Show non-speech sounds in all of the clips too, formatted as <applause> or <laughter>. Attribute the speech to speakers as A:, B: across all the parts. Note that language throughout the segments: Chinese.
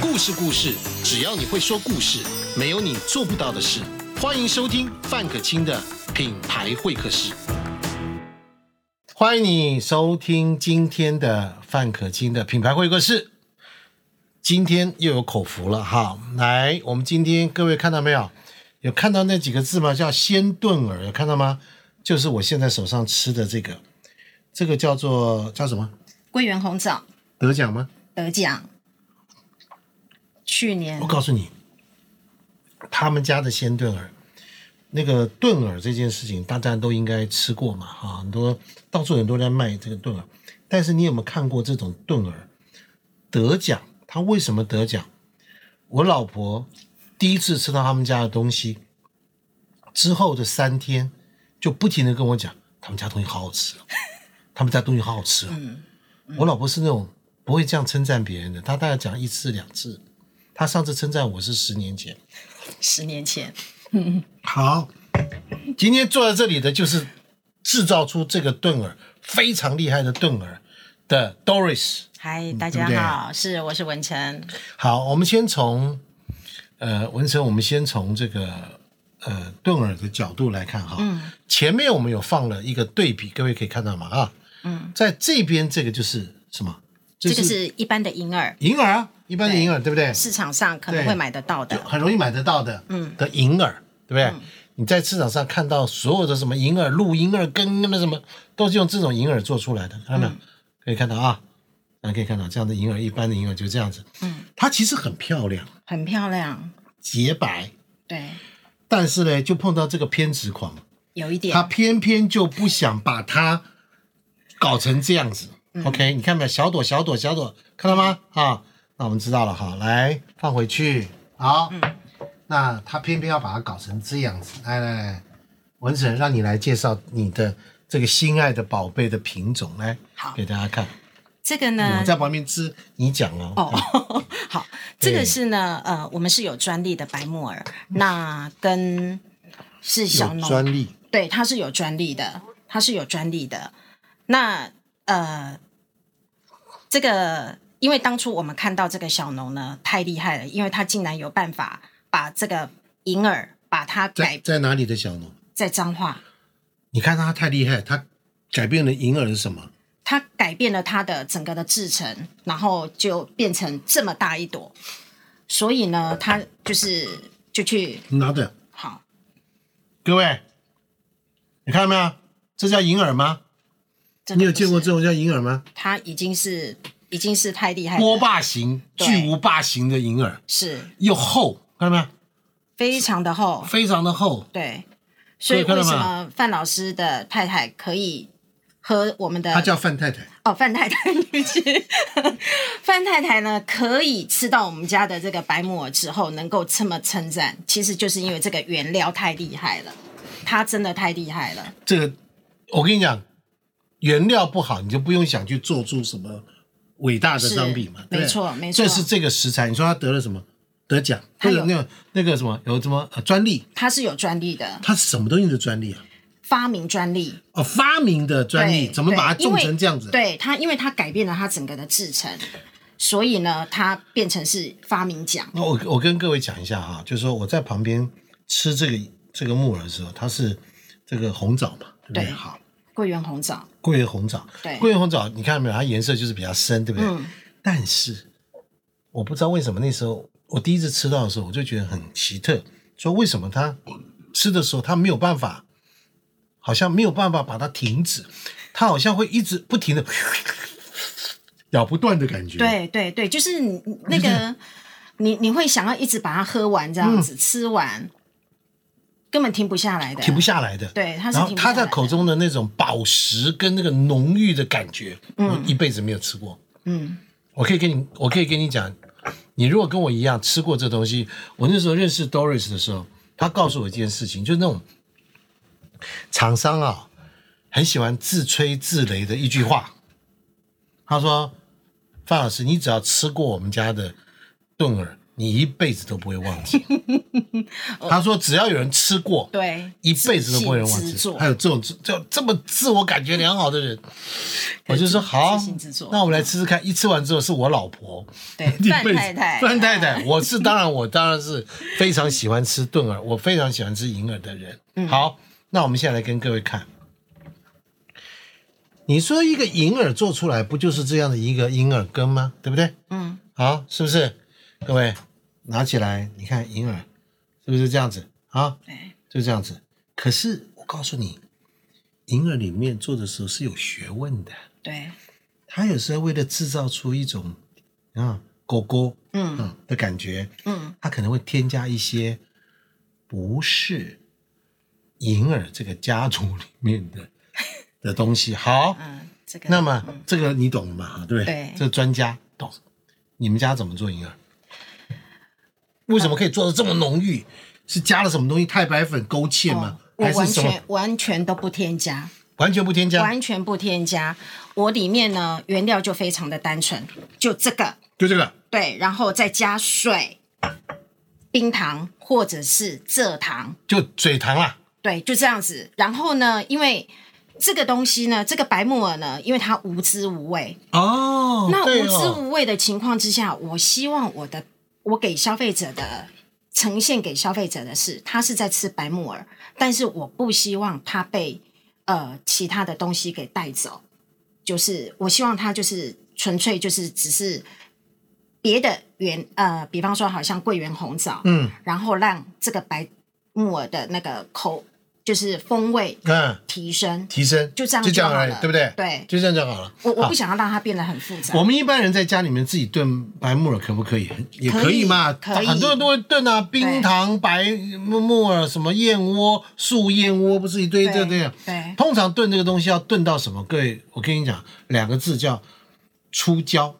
A: 故事故事，只要你会说故事，没有你做不到的事。欢迎收听范可清的品牌会客室。欢迎你收听今天的范可清的品牌会客室。今天又有口福了哈，来，我们今天各位看到没有？有看到那几个字吗？叫鲜炖饵，有看到吗？就是我现在手上吃的这个，这个叫做叫什么？
B: 桂圆红枣
A: 得奖吗？
B: 得奖，去年
A: 我告诉你，他们家的鲜炖饵，那个炖饵这件事情，大家都应该吃过嘛，哈，很多到处很多人在卖这个炖饵。但是你有没有看过这种炖饵得奖？它为什么得奖？我老婆第一次吃到他们家的东西之后的三天，就不停的跟我讲，他们家东西好好吃哦，他们家东西好好吃哦。我老婆是那种不会这样称赞别人的，她大概讲一次两次。她上次称赞我是十年前。
B: 十年前，
A: 好，今天坐在这里的就是制造出这个盾饵非常厉害的盾饵的 Doris。
B: 嗨，大
A: 嗯对
B: 家
A: 不对
B: 好，是我是文成，
A: 好，我们先从呃文成，我们先从这个呃盾饵的角度来看哈。嗯。前面我们有放了一个对比，各位可以看到嘛啊。嗯。在这边这个就是什么？
B: 这个是一般的银耳，
A: 银耳啊，一般的银耳对不对？
B: 市场上可能
A: 对
B: 会买得到
A: 就
B: 的，
A: 很容易买得到的，嗯，的银耳，对不对？你在市场上看到所有的什么银耳、鹿银耳根那啊什么，都是用这种银耳做出来的，看到没有？可以看到啊，大家可以看到这样的银耳，一般的银耳就这样子，嗯，它其实很漂亮，
B: 很漂亮，
A: 洁白，
B: 对，
A: 但是呢，就碰到这个偏执狂，
B: 有一点
A: 他偏偏就不想把它搞成这样子。OK，你
B: 嗯
A: 看没有？小朵，小朵，小朵，看到吗？啊，那我们知道了哈，来放回去。好，
B: 嗯
A: 那他偏偏要把它搞成这样子。来来来，文成，让你来介绍你的这个心爱的宝贝的品种，来
B: 好
A: 给大家看。
B: 这个
A: 我
B: 呢，
A: 在旁边吃，你讲哦。
B: 哦，好，
A: 对嗯
B: 这个是呢，呃，我们是有专利的白木耳，那跟是小
A: 有
B: 农
A: 专利，
B: 对，它是有专利的，它是有专利的。那呃，这个因为当初我们看到这个小农呢太厉害了，因为他竟然有办法把这个银耳把它
A: 在
B: 改
A: 在哪里的小农？
B: 在彰化，
A: 你看他太厉害，他改变了银耳是什么？
B: 它改变了它的整个的制成，然后就变成这么大一朵。所以呢，它就是就去
A: 拿的。
B: 好，
A: 各位，你看到没有？这叫银耳吗？
B: 真的
A: 你有
B: 就
A: 见过
B: 是
A: 这种叫银耳吗？
B: 它已经是已经是太厉害
A: 波
B: 了，
A: 霸型、
B: 对
A: 巨无霸型的银耳，
B: 是
A: 又厚，看到没有？
B: 非常的厚，
A: 非常的厚。
B: 对，所
A: 所
B: 以
A: 以看
B: 为
A: 到
B: 什
A: 吗
B: 么范老师的太太可以和我们的
A: 她叫范太太，
B: 哦范太太对不起， <laughs> 范太太呢可以吃到我们家的这个白木耳之后，能够这么称赞，其实就是因为这个原料太厉害了，它真的太厉害了，
A: 这个我跟你讲，原料不好，你就不用想去做出什么伟大的
B: 是
A: 商品嘛。对不对
B: 没错没错
A: 这是这个食材，你说他得了什么？得奖，
B: 她
A: 那
B: 有
A: 个那个那个什么有什么、呃、专利？
B: 它是有专利的，
A: 它是什么东西的专利啊？
B: 发明专利。
A: 哦，发明的专利，
B: 对
A: 怎么把它
B: 对因
A: 种
B: 为
A: 成这样子？啊
B: 对它，因为它改变了它整个的制成，所以呢，它变成是发明奖。
A: 那我我跟各位讲一下哈，就是说我在旁边吃这个这个木耳的时候，它是这个红枣嘛，对不对？
B: 对
A: 好，
B: 桂圆红枣，
A: 桂圆红枣，
B: 对
A: 桂圆红枣，你看到没有？它颜色就是比较深，对不对？
B: 嗯
A: 但是我不知道为什么那时候我第一次吃到的时候，我就觉得很奇特，说为什么它吃的时候它没有办法，好像没有办法把它停止，它好像会一直不停的 <laughs> 咬不断的感觉。
B: 对对对，就是你
A: <laughs>
B: 那个，你你会想要一直把它喝完，这样子、吃完，根本停不下来的，
A: 嗯停不下来的。
B: 对它是
A: 然后
B: 停不
A: 他
B: 下
A: 在
B: 来
A: 口
B: 的
A: 中的那种宝石跟那个浓郁的感觉，我一辈子没有吃过。
B: 嗯，
A: 我可以跟你，我可以跟你讲，你如果跟我一样吃过这东西，我那时候认识 Doris 的时候，他告诉我一件事情，就是那种厂商啊，很喜欢自吹自擂的一句话。他说：“范老师，你只要吃过我们家的炖饵，你一辈子都不会忘记。
B: <laughs>
A: 他说，只要有人吃过，
B: 对，
A: 一辈子都不会有人忘
B: 自信之
A: 记。
B: 作
A: 还有这种自就这么自我感觉良好的人，我就说好
B: 自信之作，
A: 那我们来吃吃看。一吃完之后是我老婆，
B: 对，
A: <laughs> 一
B: 范
A: 辈子
B: 太太，
A: 范太太，我是当然我当然是非常喜欢吃炖饵，我非常喜欢吃银饵的人。
B: 嗯
A: 好，那我们现在来跟各位看。你说一个银饵做出来，不就是这样的一个银饵羹吗？对不对？
B: 嗯，
A: 好，是不是？各位拿起来，你看银耳是不是这样子啊？
B: 对，
A: 就这样子。可是我告诉你，银耳里面做的时候是有学问的，
B: 对，
A: 它有时候为了制造出一种啊狗狗
B: 嗯
A: 嗯的感觉，
B: 嗯，
A: 它可能会添加一些不是银耳这个家族里面的的东西。好，
B: 嗯，这个，
A: 那么这个你懂嘛？对不对？
B: 对
A: 这个专家懂。你们家怎么做银耳？为什么可以做的这么浓郁？是加了什么东西？太白粉、勾芡吗
B: 哦？我
A: 还是
B: 完
A: 什么
B: 全？完全都不添加，
A: 完全不添加，
B: 完全不添加，我里面呢原料就非常的单纯，就这个，
A: 就这个。
B: 对，然后再加水、冰糖或者是蔗糖，
A: 就嘴糖啦，
B: 对，就这样子。然后呢，因为这个东西呢，这个白木耳呢，因为它无滋无味，
A: 哦
B: 那
A: 对
B: 无知
A: 哦，
B: 无畏的情况之下，我希望我的我给消费者的呈现给消费者的是，他是在吃白木耳，但是我不希望他被呃其他的东西给带走，就是我希望他就是纯粹就是只是别的原呃，比方说好像桂圆红枣，
A: 嗯
B: 然后让这个白木耳的那个口就是风味
A: 嗯，
B: 提升，
A: 提升
B: 就这样
A: 就这样
B: 就好
A: 而已
B: 了，
A: 对不对？
B: 对
A: 就这样就好了。
B: 我我
A: 好
B: 不想要让它变得很复杂
A: 我。们一般人在家里面自己炖白木耳可不可以？也
B: 可以
A: 可以嘛，
B: 可以
A: 很多人都会炖啊，冰糖白木木耳什么燕窝、素燕窝，不是一堆这
B: 对
A: 这样。
B: 对
A: 通常炖这个东西要炖到什么？各位，我跟你讲，两个字叫出焦。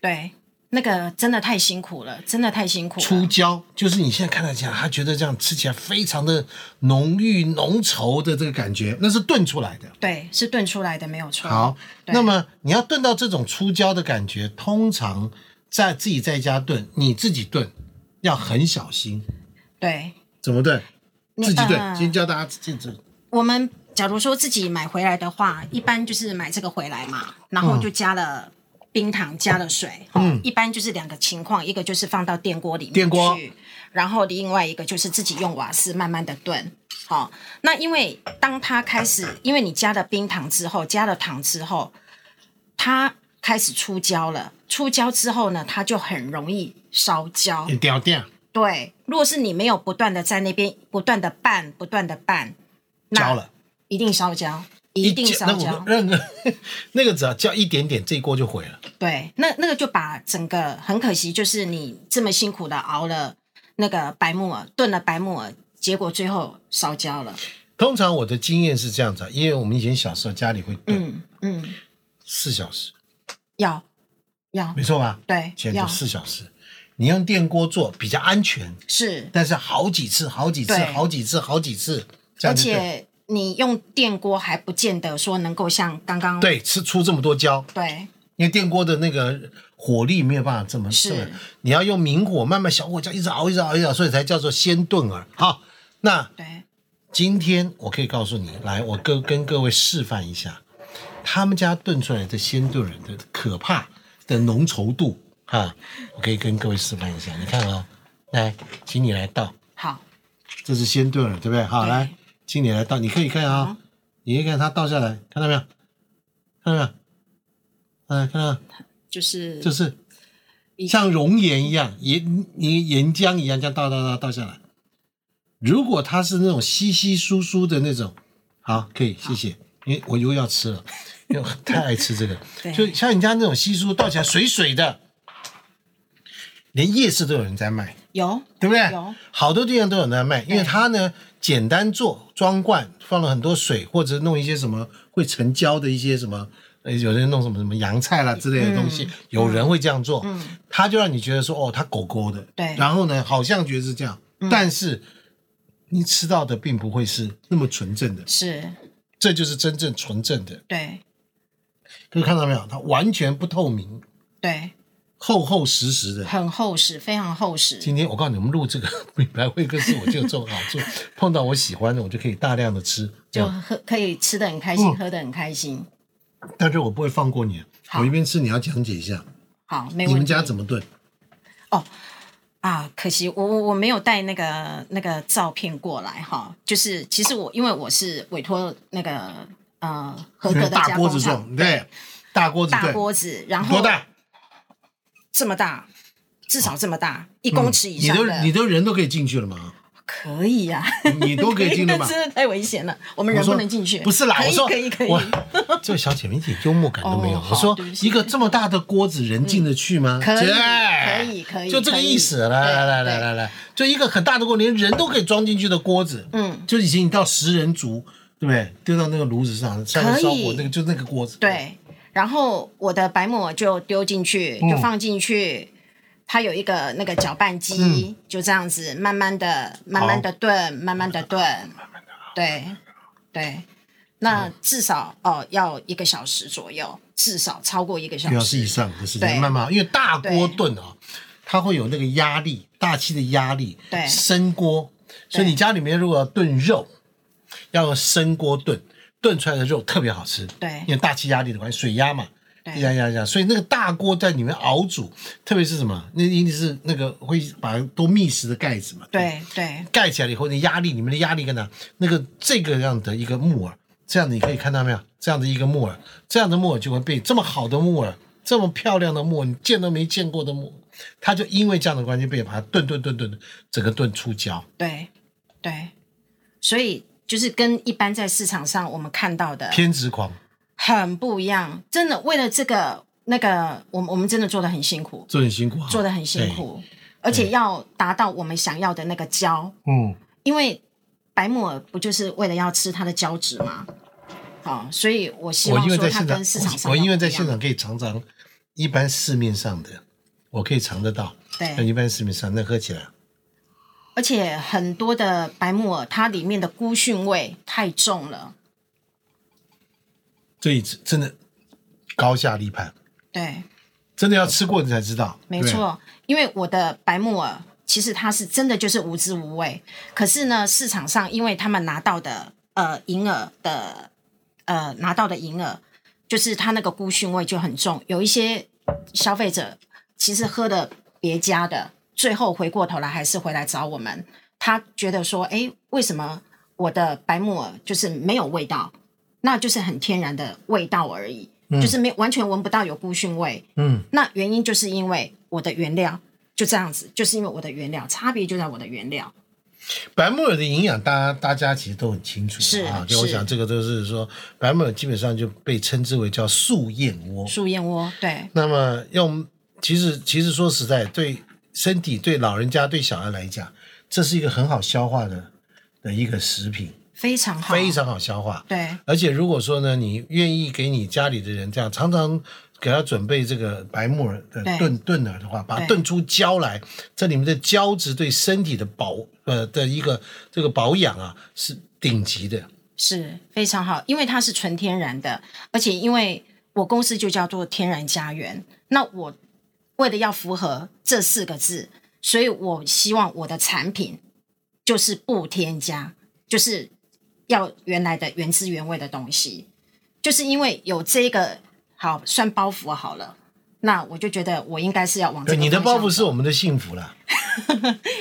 B: 对，那个真的太辛苦了，真的太辛苦了。
A: 出焦就是你现在看得起来，他觉得这样吃起来非常的浓郁浓稠的这个感觉，那是炖出来的。
B: 对，是炖出来的，没有错。
A: 好，
B: 对
A: 那么你要炖到这种出焦的感觉，通常在自己在家炖，你自己炖要很小心。
B: 对
A: 怎么炖？
B: 你
A: 自己炖。
B: 呃
A: 先教大家自己炖。
B: 我们假如说自己买回来的话，一般就是买这个回来嘛，然
A: 嗯
B: 后就加了。冰糖加了水，嗯，一般就是两个情况，一个就是放到电锅里面
A: 电锅
B: 去，然后另外一个就是自己用瓦斯慢慢的炖。好、那因为当它开始，因为你加了冰糖之后，加了糖之后，它开始出焦了。出焦之后呢，它就很容易烧焦。
A: 你掉掉，
B: 对，如果是你没有不断的在那边不断的拌，不断的拌，那
A: 焦了，
B: 一定烧焦，
A: 一
B: 一定
A: 焦
B: 烧
A: 那
B: 焦
A: 我。那个 <laughs> 那个只要焦一点点，这一锅就毁了。
B: 对，那那个就把整个很可惜，就是你这么辛苦的熬了那个白木耳，炖了白木耳，结果最后烧焦了。
A: 通常我的经验是这样子啊，因为我们以前小时候家里会炖
B: 嗯嗯，
A: 四小时，
B: 要要
A: 没错吧？
B: 对
A: 现在
B: 要
A: 就四小时，你用电锅做比较安全，
B: 是，
A: 但是好几次、好几次、
B: 对
A: 好几次、好几次，这
B: 而
A: 样就对
B: 且你用电锅还不见得说能够像刚刚
A: 对吃出这么多焦，
B: 对
A: 因为电锅的那个火力没有办法这么
B: 是
A: 这么，你要用明火慢慢小火这样一直熬一直熬一直熬，所以才叫做先炖饵。好，那
B: 对
A: 今天我可以告诉你，来，我跟跟各位示范一下，他们家炖出来的鲜炖人的可怕的浓稠度啊，我可以跟各位示范一下。你看啊、来，请你来倒，
B: 好
A: 这是鲜炖饵，对不对？好，
B: 对
A: 来，请你来倒，你可以看啊、你可以看它倒下来，看到没有？看到没有？哎，看到没有，
B: 就是
A: 就是
B: 一
A: 像熔岩一样，岩泥岩浆一样，这样倒倒倒倒下来。如果它是那种稀稀疏疏的那种，好，可以，谢谢，因为我又要吃了，因为我太爱吃这个
B: 对。
A: 就像人家那种稀疏倒起来水水的，连夜市都有人在卖，
B: 有
A: 对不对
B: 有？
A: 好多地方都有人在卖，因为
B: 对
A: 它呢简单做，装罐放了很多水，或者弄一些什么会成胶的一些什么。呃，有人弄什么什么洋菜啦之类的东
B: 嗯
A: 西，有人会这样做，他就让你觉得说，哦，它狗狗的，
B: 对嗯
A: 然后呢，好像觉得是这样，但是你吃到的并不会是那么纯正的，
B: 是
A: 这就是真正纯正的。
B: 对
A: 各位看到没有？它完全不透明，
B: 对
A: 厚厚实实的。
B: 很厚实，非常厚实。
A: 今天我告诉你，我们录这个 <laughs> 米白威克斯，我就有这种好处，碰到我喜欢的，我就可以大量的吃。
B: 就
A: 嗯
B: 喝可以吃的很开心，
A: 嗯
B: 喝的很开心。
A: 但是我不会放过你。
B: 好
A: 我一边吃，你要讲解一下
B: 好，没问题。
A: 你们家怎么炖？
B: 啊，可惜我我我没有带那个那个照片过来哈，就是其实我因为我是委托那个呃合格
A: 因
B: 的
A: 为大
B: 加
A: 锅
B: 工
A: 子
B: 厂
A: 炖，对，大锅子
B: 大
A: 炖，
B: 锅子，然后
A: 多大？
B: 这么大，至少这么大，一公尺
A: 嗯
B: 以
A: 你
B: 上
A: 都
B: 的，
A: 你都人都可以进去了吗？
B: 可以呀、
A: 你都可以进
B: 那 <laughs>
A: 了吧？
B: 真的太危险了，我们
A: 我
B: 人
A: 说
B: 不能进去。
A: 不是啦，
B: 可
A: 我
B: 以
A: 说
B: 可以可以，
A: 我 <laughs> 这位小姐妹一点幽默感都没有。
B: 哦
A: 我说
B: 好对不起嗯
A: 一个这么大的锅子，人进得去吗？
B: 可以
A: 姐
B: 可以可以
A: 就这个意思。来来来来来来，就一个很大的锅，连人都可以装进去的锅子。
B: 嗯，
A: 就以前你到十人族，对不对？丢到那个炉子上，下面烧火
B: 可，以
A: 那个就那个锅子。，
B: 对。然后我的白抹就丢进去，就
A: 嗯
B: 放进去。它有一个那个搅拌机，就这样子慢慢的、慢慢的炖，慢慢的炖，对对。那至少哦要一个小时左右，至少超过一个小
A: 表示
B: 时。
A: 以上的时间
B: 对
A: 慢慢，因为大锅
B: 对
A: 炖啊，它会有那个压力，大气的压力，
B: 对
A: 生锅，所以
B: 对
A: 你家里面如果要炖肉，要用生锅炖，炖出来的肉特别好吃，
B: 对
A: 因为大气压力的关系，水压嘛，
B: 对
A: 压压压，所以那个大锅在里面熬煮，特别是什么，那一定是那个会把都密实的盖子嘛，
B: 对对
A: 盖起来以后的压力，你们的压力跟哪？那个这个样的一个木耳，这样的你可以看到没有？这样的一个木耳，这样的木耳就会被这么好的木耳，这么漂亮的木耳，你见都没见过的木耳，它就因为这样的关系被把它炖炖炖炖炖，整个炖出焦。
B: 对对，所以就是跟一般在市场上我们看到的
A: 偏执狂，
B: 很不一样。真的，为了这个那个，我们我们真的做的很辛苦，
A: 做得很辛苦啊，
B: 做的很辛苦，而且要达到我们想要的那个胶，
A: 对。嗯，
B: 因为白木耳不就是为了要吃它的胶质吗？好，所以我希
A: 我
B: 望
A: 因为
B: 说
A: 在
B: 它
A: 现
B: 跟市场
A: 场，
B: 上
A: 我因为在
B: 不一样
A: 现场可以尝尝一般市面上的，我可以尝得到，但
B: 对，
A: 一般市面上那喝起来，
B: 而且很多的白木耳它里面的菇蕈味太重了，
A: 这一次真的高下立判，
B: 对，
A: 真的要吃过你才知道。
B: 没
A: 对
B: 错，因为我的白木耳其实它是真的就是无滋无味，可是呢，市场上因为他们拿到的呃银耳的呃拿到的银耳，就是它那个菇蕈味就很重，有一些消费者其实喝的别家的，最后回过头来还是回来找我们，他觉得说，哎，为什么我的白木耳就是没有味道？那就是很天然的味道而已，就是没完全闻不到有菇蕈味。
A: 嗯，
B: 那原因就是因为我的原料就这样子，就是因为我的原料，差别就在我的原料。
A: 白木耳的营养，大家大家其实都很清楚
B: 是
A: 啊。
B: 是
A: 就我想，这个都是说白木耳基本上就被称之为叫素燕窝。
B: 素燕窝，对
A: 那么用，其实其实说实在，对身体、对老人家、对小孩来讲，这是一个很好消化的的一个食品，
B: 非常好，
A: 非常好消化。
B: 对
A: 而且如果说呢，你愿意给你家里的人这样常常给他准备这个白木耳的
B: 对
A: 炖炖耳的话，把它
B: 对
A: 炖出胶来，这里面的胶质对身体的保呃的一个这个保养啊是顶级的。
B: 是非常好，因为它是纯天然的，而且因为我公司就叫做天然家园，那我为了要符合这四个字，所以我希望我的产品就是不添加，就是要原来的原汁原味的东西，就是因为有这个好算包袱好了。那我就觉得我应该是要往这
A: 对，
B: 个
A: 你的
B: 方
A: 包
B: 向
A: 袱是
B: 走
A: 我们的幸福啦，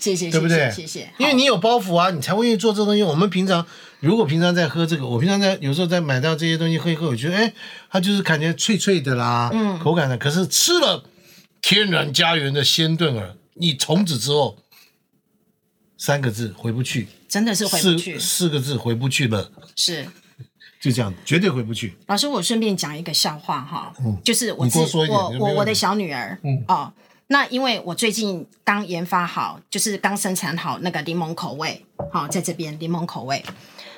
B: 谢谢，
A: 对不对？
B: 谢谢，谢谢
A: 因为你有包袱啊，你才会愿意做这东西。我们平常如果平常在喝这个，我平常在有时候在买到这些东西喝一喝，我觉得哎，它就是感觉脆脆的啦，嗯，口感的。可是吃了天然家园的鲜炖饵，你从此之后三个字回不去，
B: 好真的是回不去
A: 四，四个字回不去了，
B: 是。
A: 就这样，绝对回不去。
B: 老师，我顺便讲一个笑话哈，就是
A: 嗯
B: 我
A: 你
B: 自
A: 多说一点
B: 我
A: 没
B: 我
A: 问
B: 我
A: 题
B: 的
A: 嗯
B: 小女儿，哦，那因为我最近刚研发好，就是刚生产好那个柠檬口味，好、在这边柠檬口味。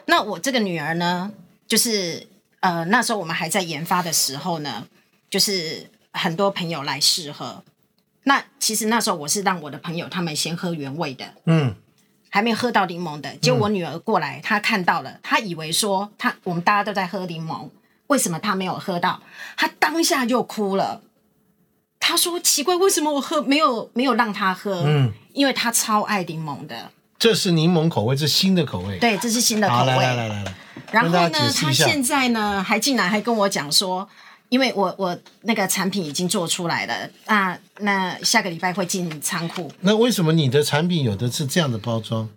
B: 那我这个女儿呢，就是呃那时候我们还在研发的时候呢，就是很多朋友来试喝。那其实那时候我是让我的朋友他们先喝原味的，
A: 嗯，
B: 还没喝到柠檬的，结果我女儿过来，她看到了，她以为说她我们大家都在喝柠檬，为什么她没有喝到？她当下就哭了，他说奇怪，为什么我喝没有没有让他喝？嗯，因为他超爱柠檬的。
A: 这是柠檬口味，这是新的口味。
B: 对，这是新的口
A: 好，
B: 味。
A: 来来来来来，
B: 然后
A: 跟大家
B: 呢
A: 解，释
B: 他
A: 一下。
B: 现在呢还进来还跟我讲说，因为我我那个产品已经做出来了，那那下个礼拜会进仓库。
A: 那为什么你的产品有的是这样的包装，有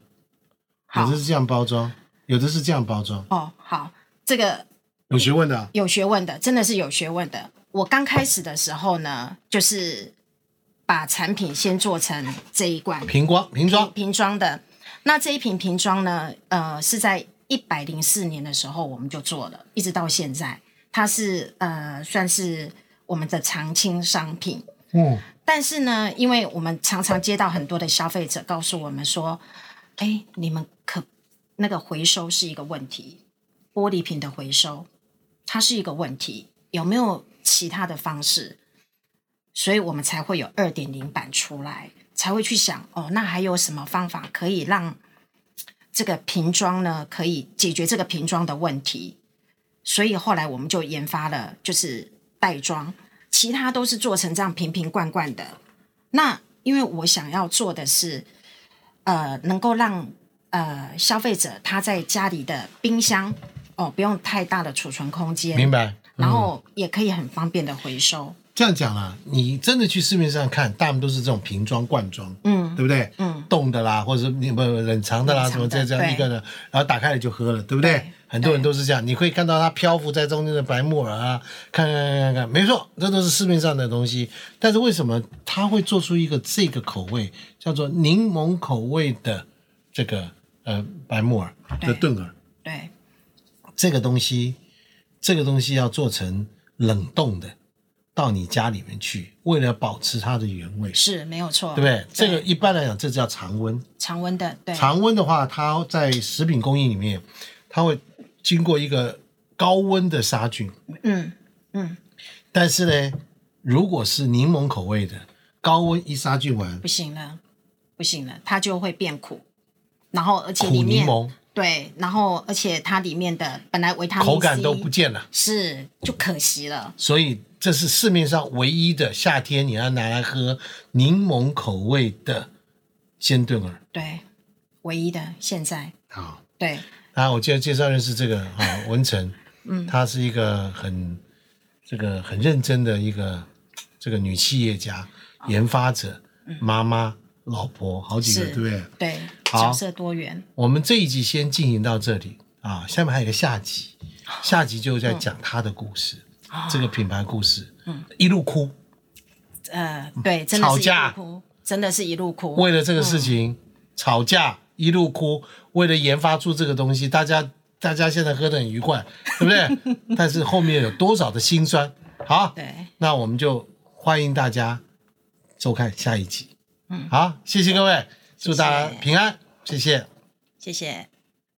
B: 好
A: 的是这样包装，有的是这样包装？
B: 哦，好，这个
A: 有学问的啊、
B: 有学问的，真的是有学问的。我刚开始的时候呢，就是把产品先做成这一罐
A: 瓶光瓶装，
B: 瓶装的。那这一瓶瓶装呢，呃，是在一百零四年的时候我们就做了，一直到现在，它是呃算是我们的常青商品。
A: 嗯，
B: 但是呢，因为我们常常接到很多的消费者告诉我们说：“哎，你们可那个回收是一个问题，玻璃瓶的回收它是一个问题，有没有其他的方式？”所以我们才会有二点零版出来，才会去想哦，那还有什么方法可以让这个瓶装呢，可以解决这个瓶装的问题？所以后来我们就研发了，就是袋装，其他都是做成这样瓶瓶罐罐的。那因为我想要做的是，呃，能够让呃消费者他在家里的冰箱哦，不用太大的储存空
A: 明
B: 间，
A: 白。嗯
B: 然后也可以很方便的回收。
A: 这样讲啦、啊你真的去市面上看，大部分都是这种瓶装、罐装，
B: 嗯
A: 对不对？
B: 嗯，
A: 冻的啦，或者是你不冷藏的啦，
B: 冷
A: 什
B: 藏
A: 么
B: 的
A: 这这样
B: 对
A: 一个呢，然后打开了就喝了，对不对？
B: 对
A: 很多人都是这样，你会看到它漂浮在中间的白木耳啊，看看看看看，没错，这都是市面上的东西。但是为什么它会做出一个这个口味，叫做柠檬口味的这个呃白木耳的
B: 对
A: 炖耳？
B: 对，
A: 这个东西，这个东西要做成冷冻的，到你家里面去，为了保持它的原味，
B: 是没有错，
A: 对不对？这个一般来讲，这叫常温。
B: 常温的，对，
A: 常温的话，它在食品工艺里面，它会经过一个高温的杀菌。
B: 嗯嗯，
A: 但是呢，如果是柠檬口味的，高温一杀菌完，
B: 不行了，不行了，它就会变苦，然后而且
A: 苦
B: 里
A: 柠
B: 面
A: 檬
B: 对，然后而且它里面的本来维他命 C
A: 口感都不见了。
B: 是就可惜了，
A: 所以这是市面上唯一的夏天你要拿来喝柠檬口味的鲜炖饵。
B: 对，唯一的现在
A: 好。
B: 对
A: 啊，我记得介绍认识这个啊、文成，嗯，她是一个很这个很认真的一个这个女企业家、研发者、妈妈、老婆，好几个，
B: 是
A: 对不对？
B: 对，
A: 好
B: 角色多元，
A: 我们这一集先进行到这里啊，下面还有一个下集，下集就在讲她的故事，这个品牌故事，啊嗯，一路哭，
B: 呃，对，真的
A: 吵
B: 是一
A: 架
B: 路哭，真的是一路哭，
A: 为了这个事情、吵架，一路哭，为了研发出这个东西，大家大家现在喝得很愉快，对不 <laughs> 对？但是后面有多少的辛酸？好，
B: 对，
A: 那我们就欢迎大家收看下一集。嗯，好，谢谢各位，祝大家
B: 谢谢
A: 平安，谢谢
B: 谢谢。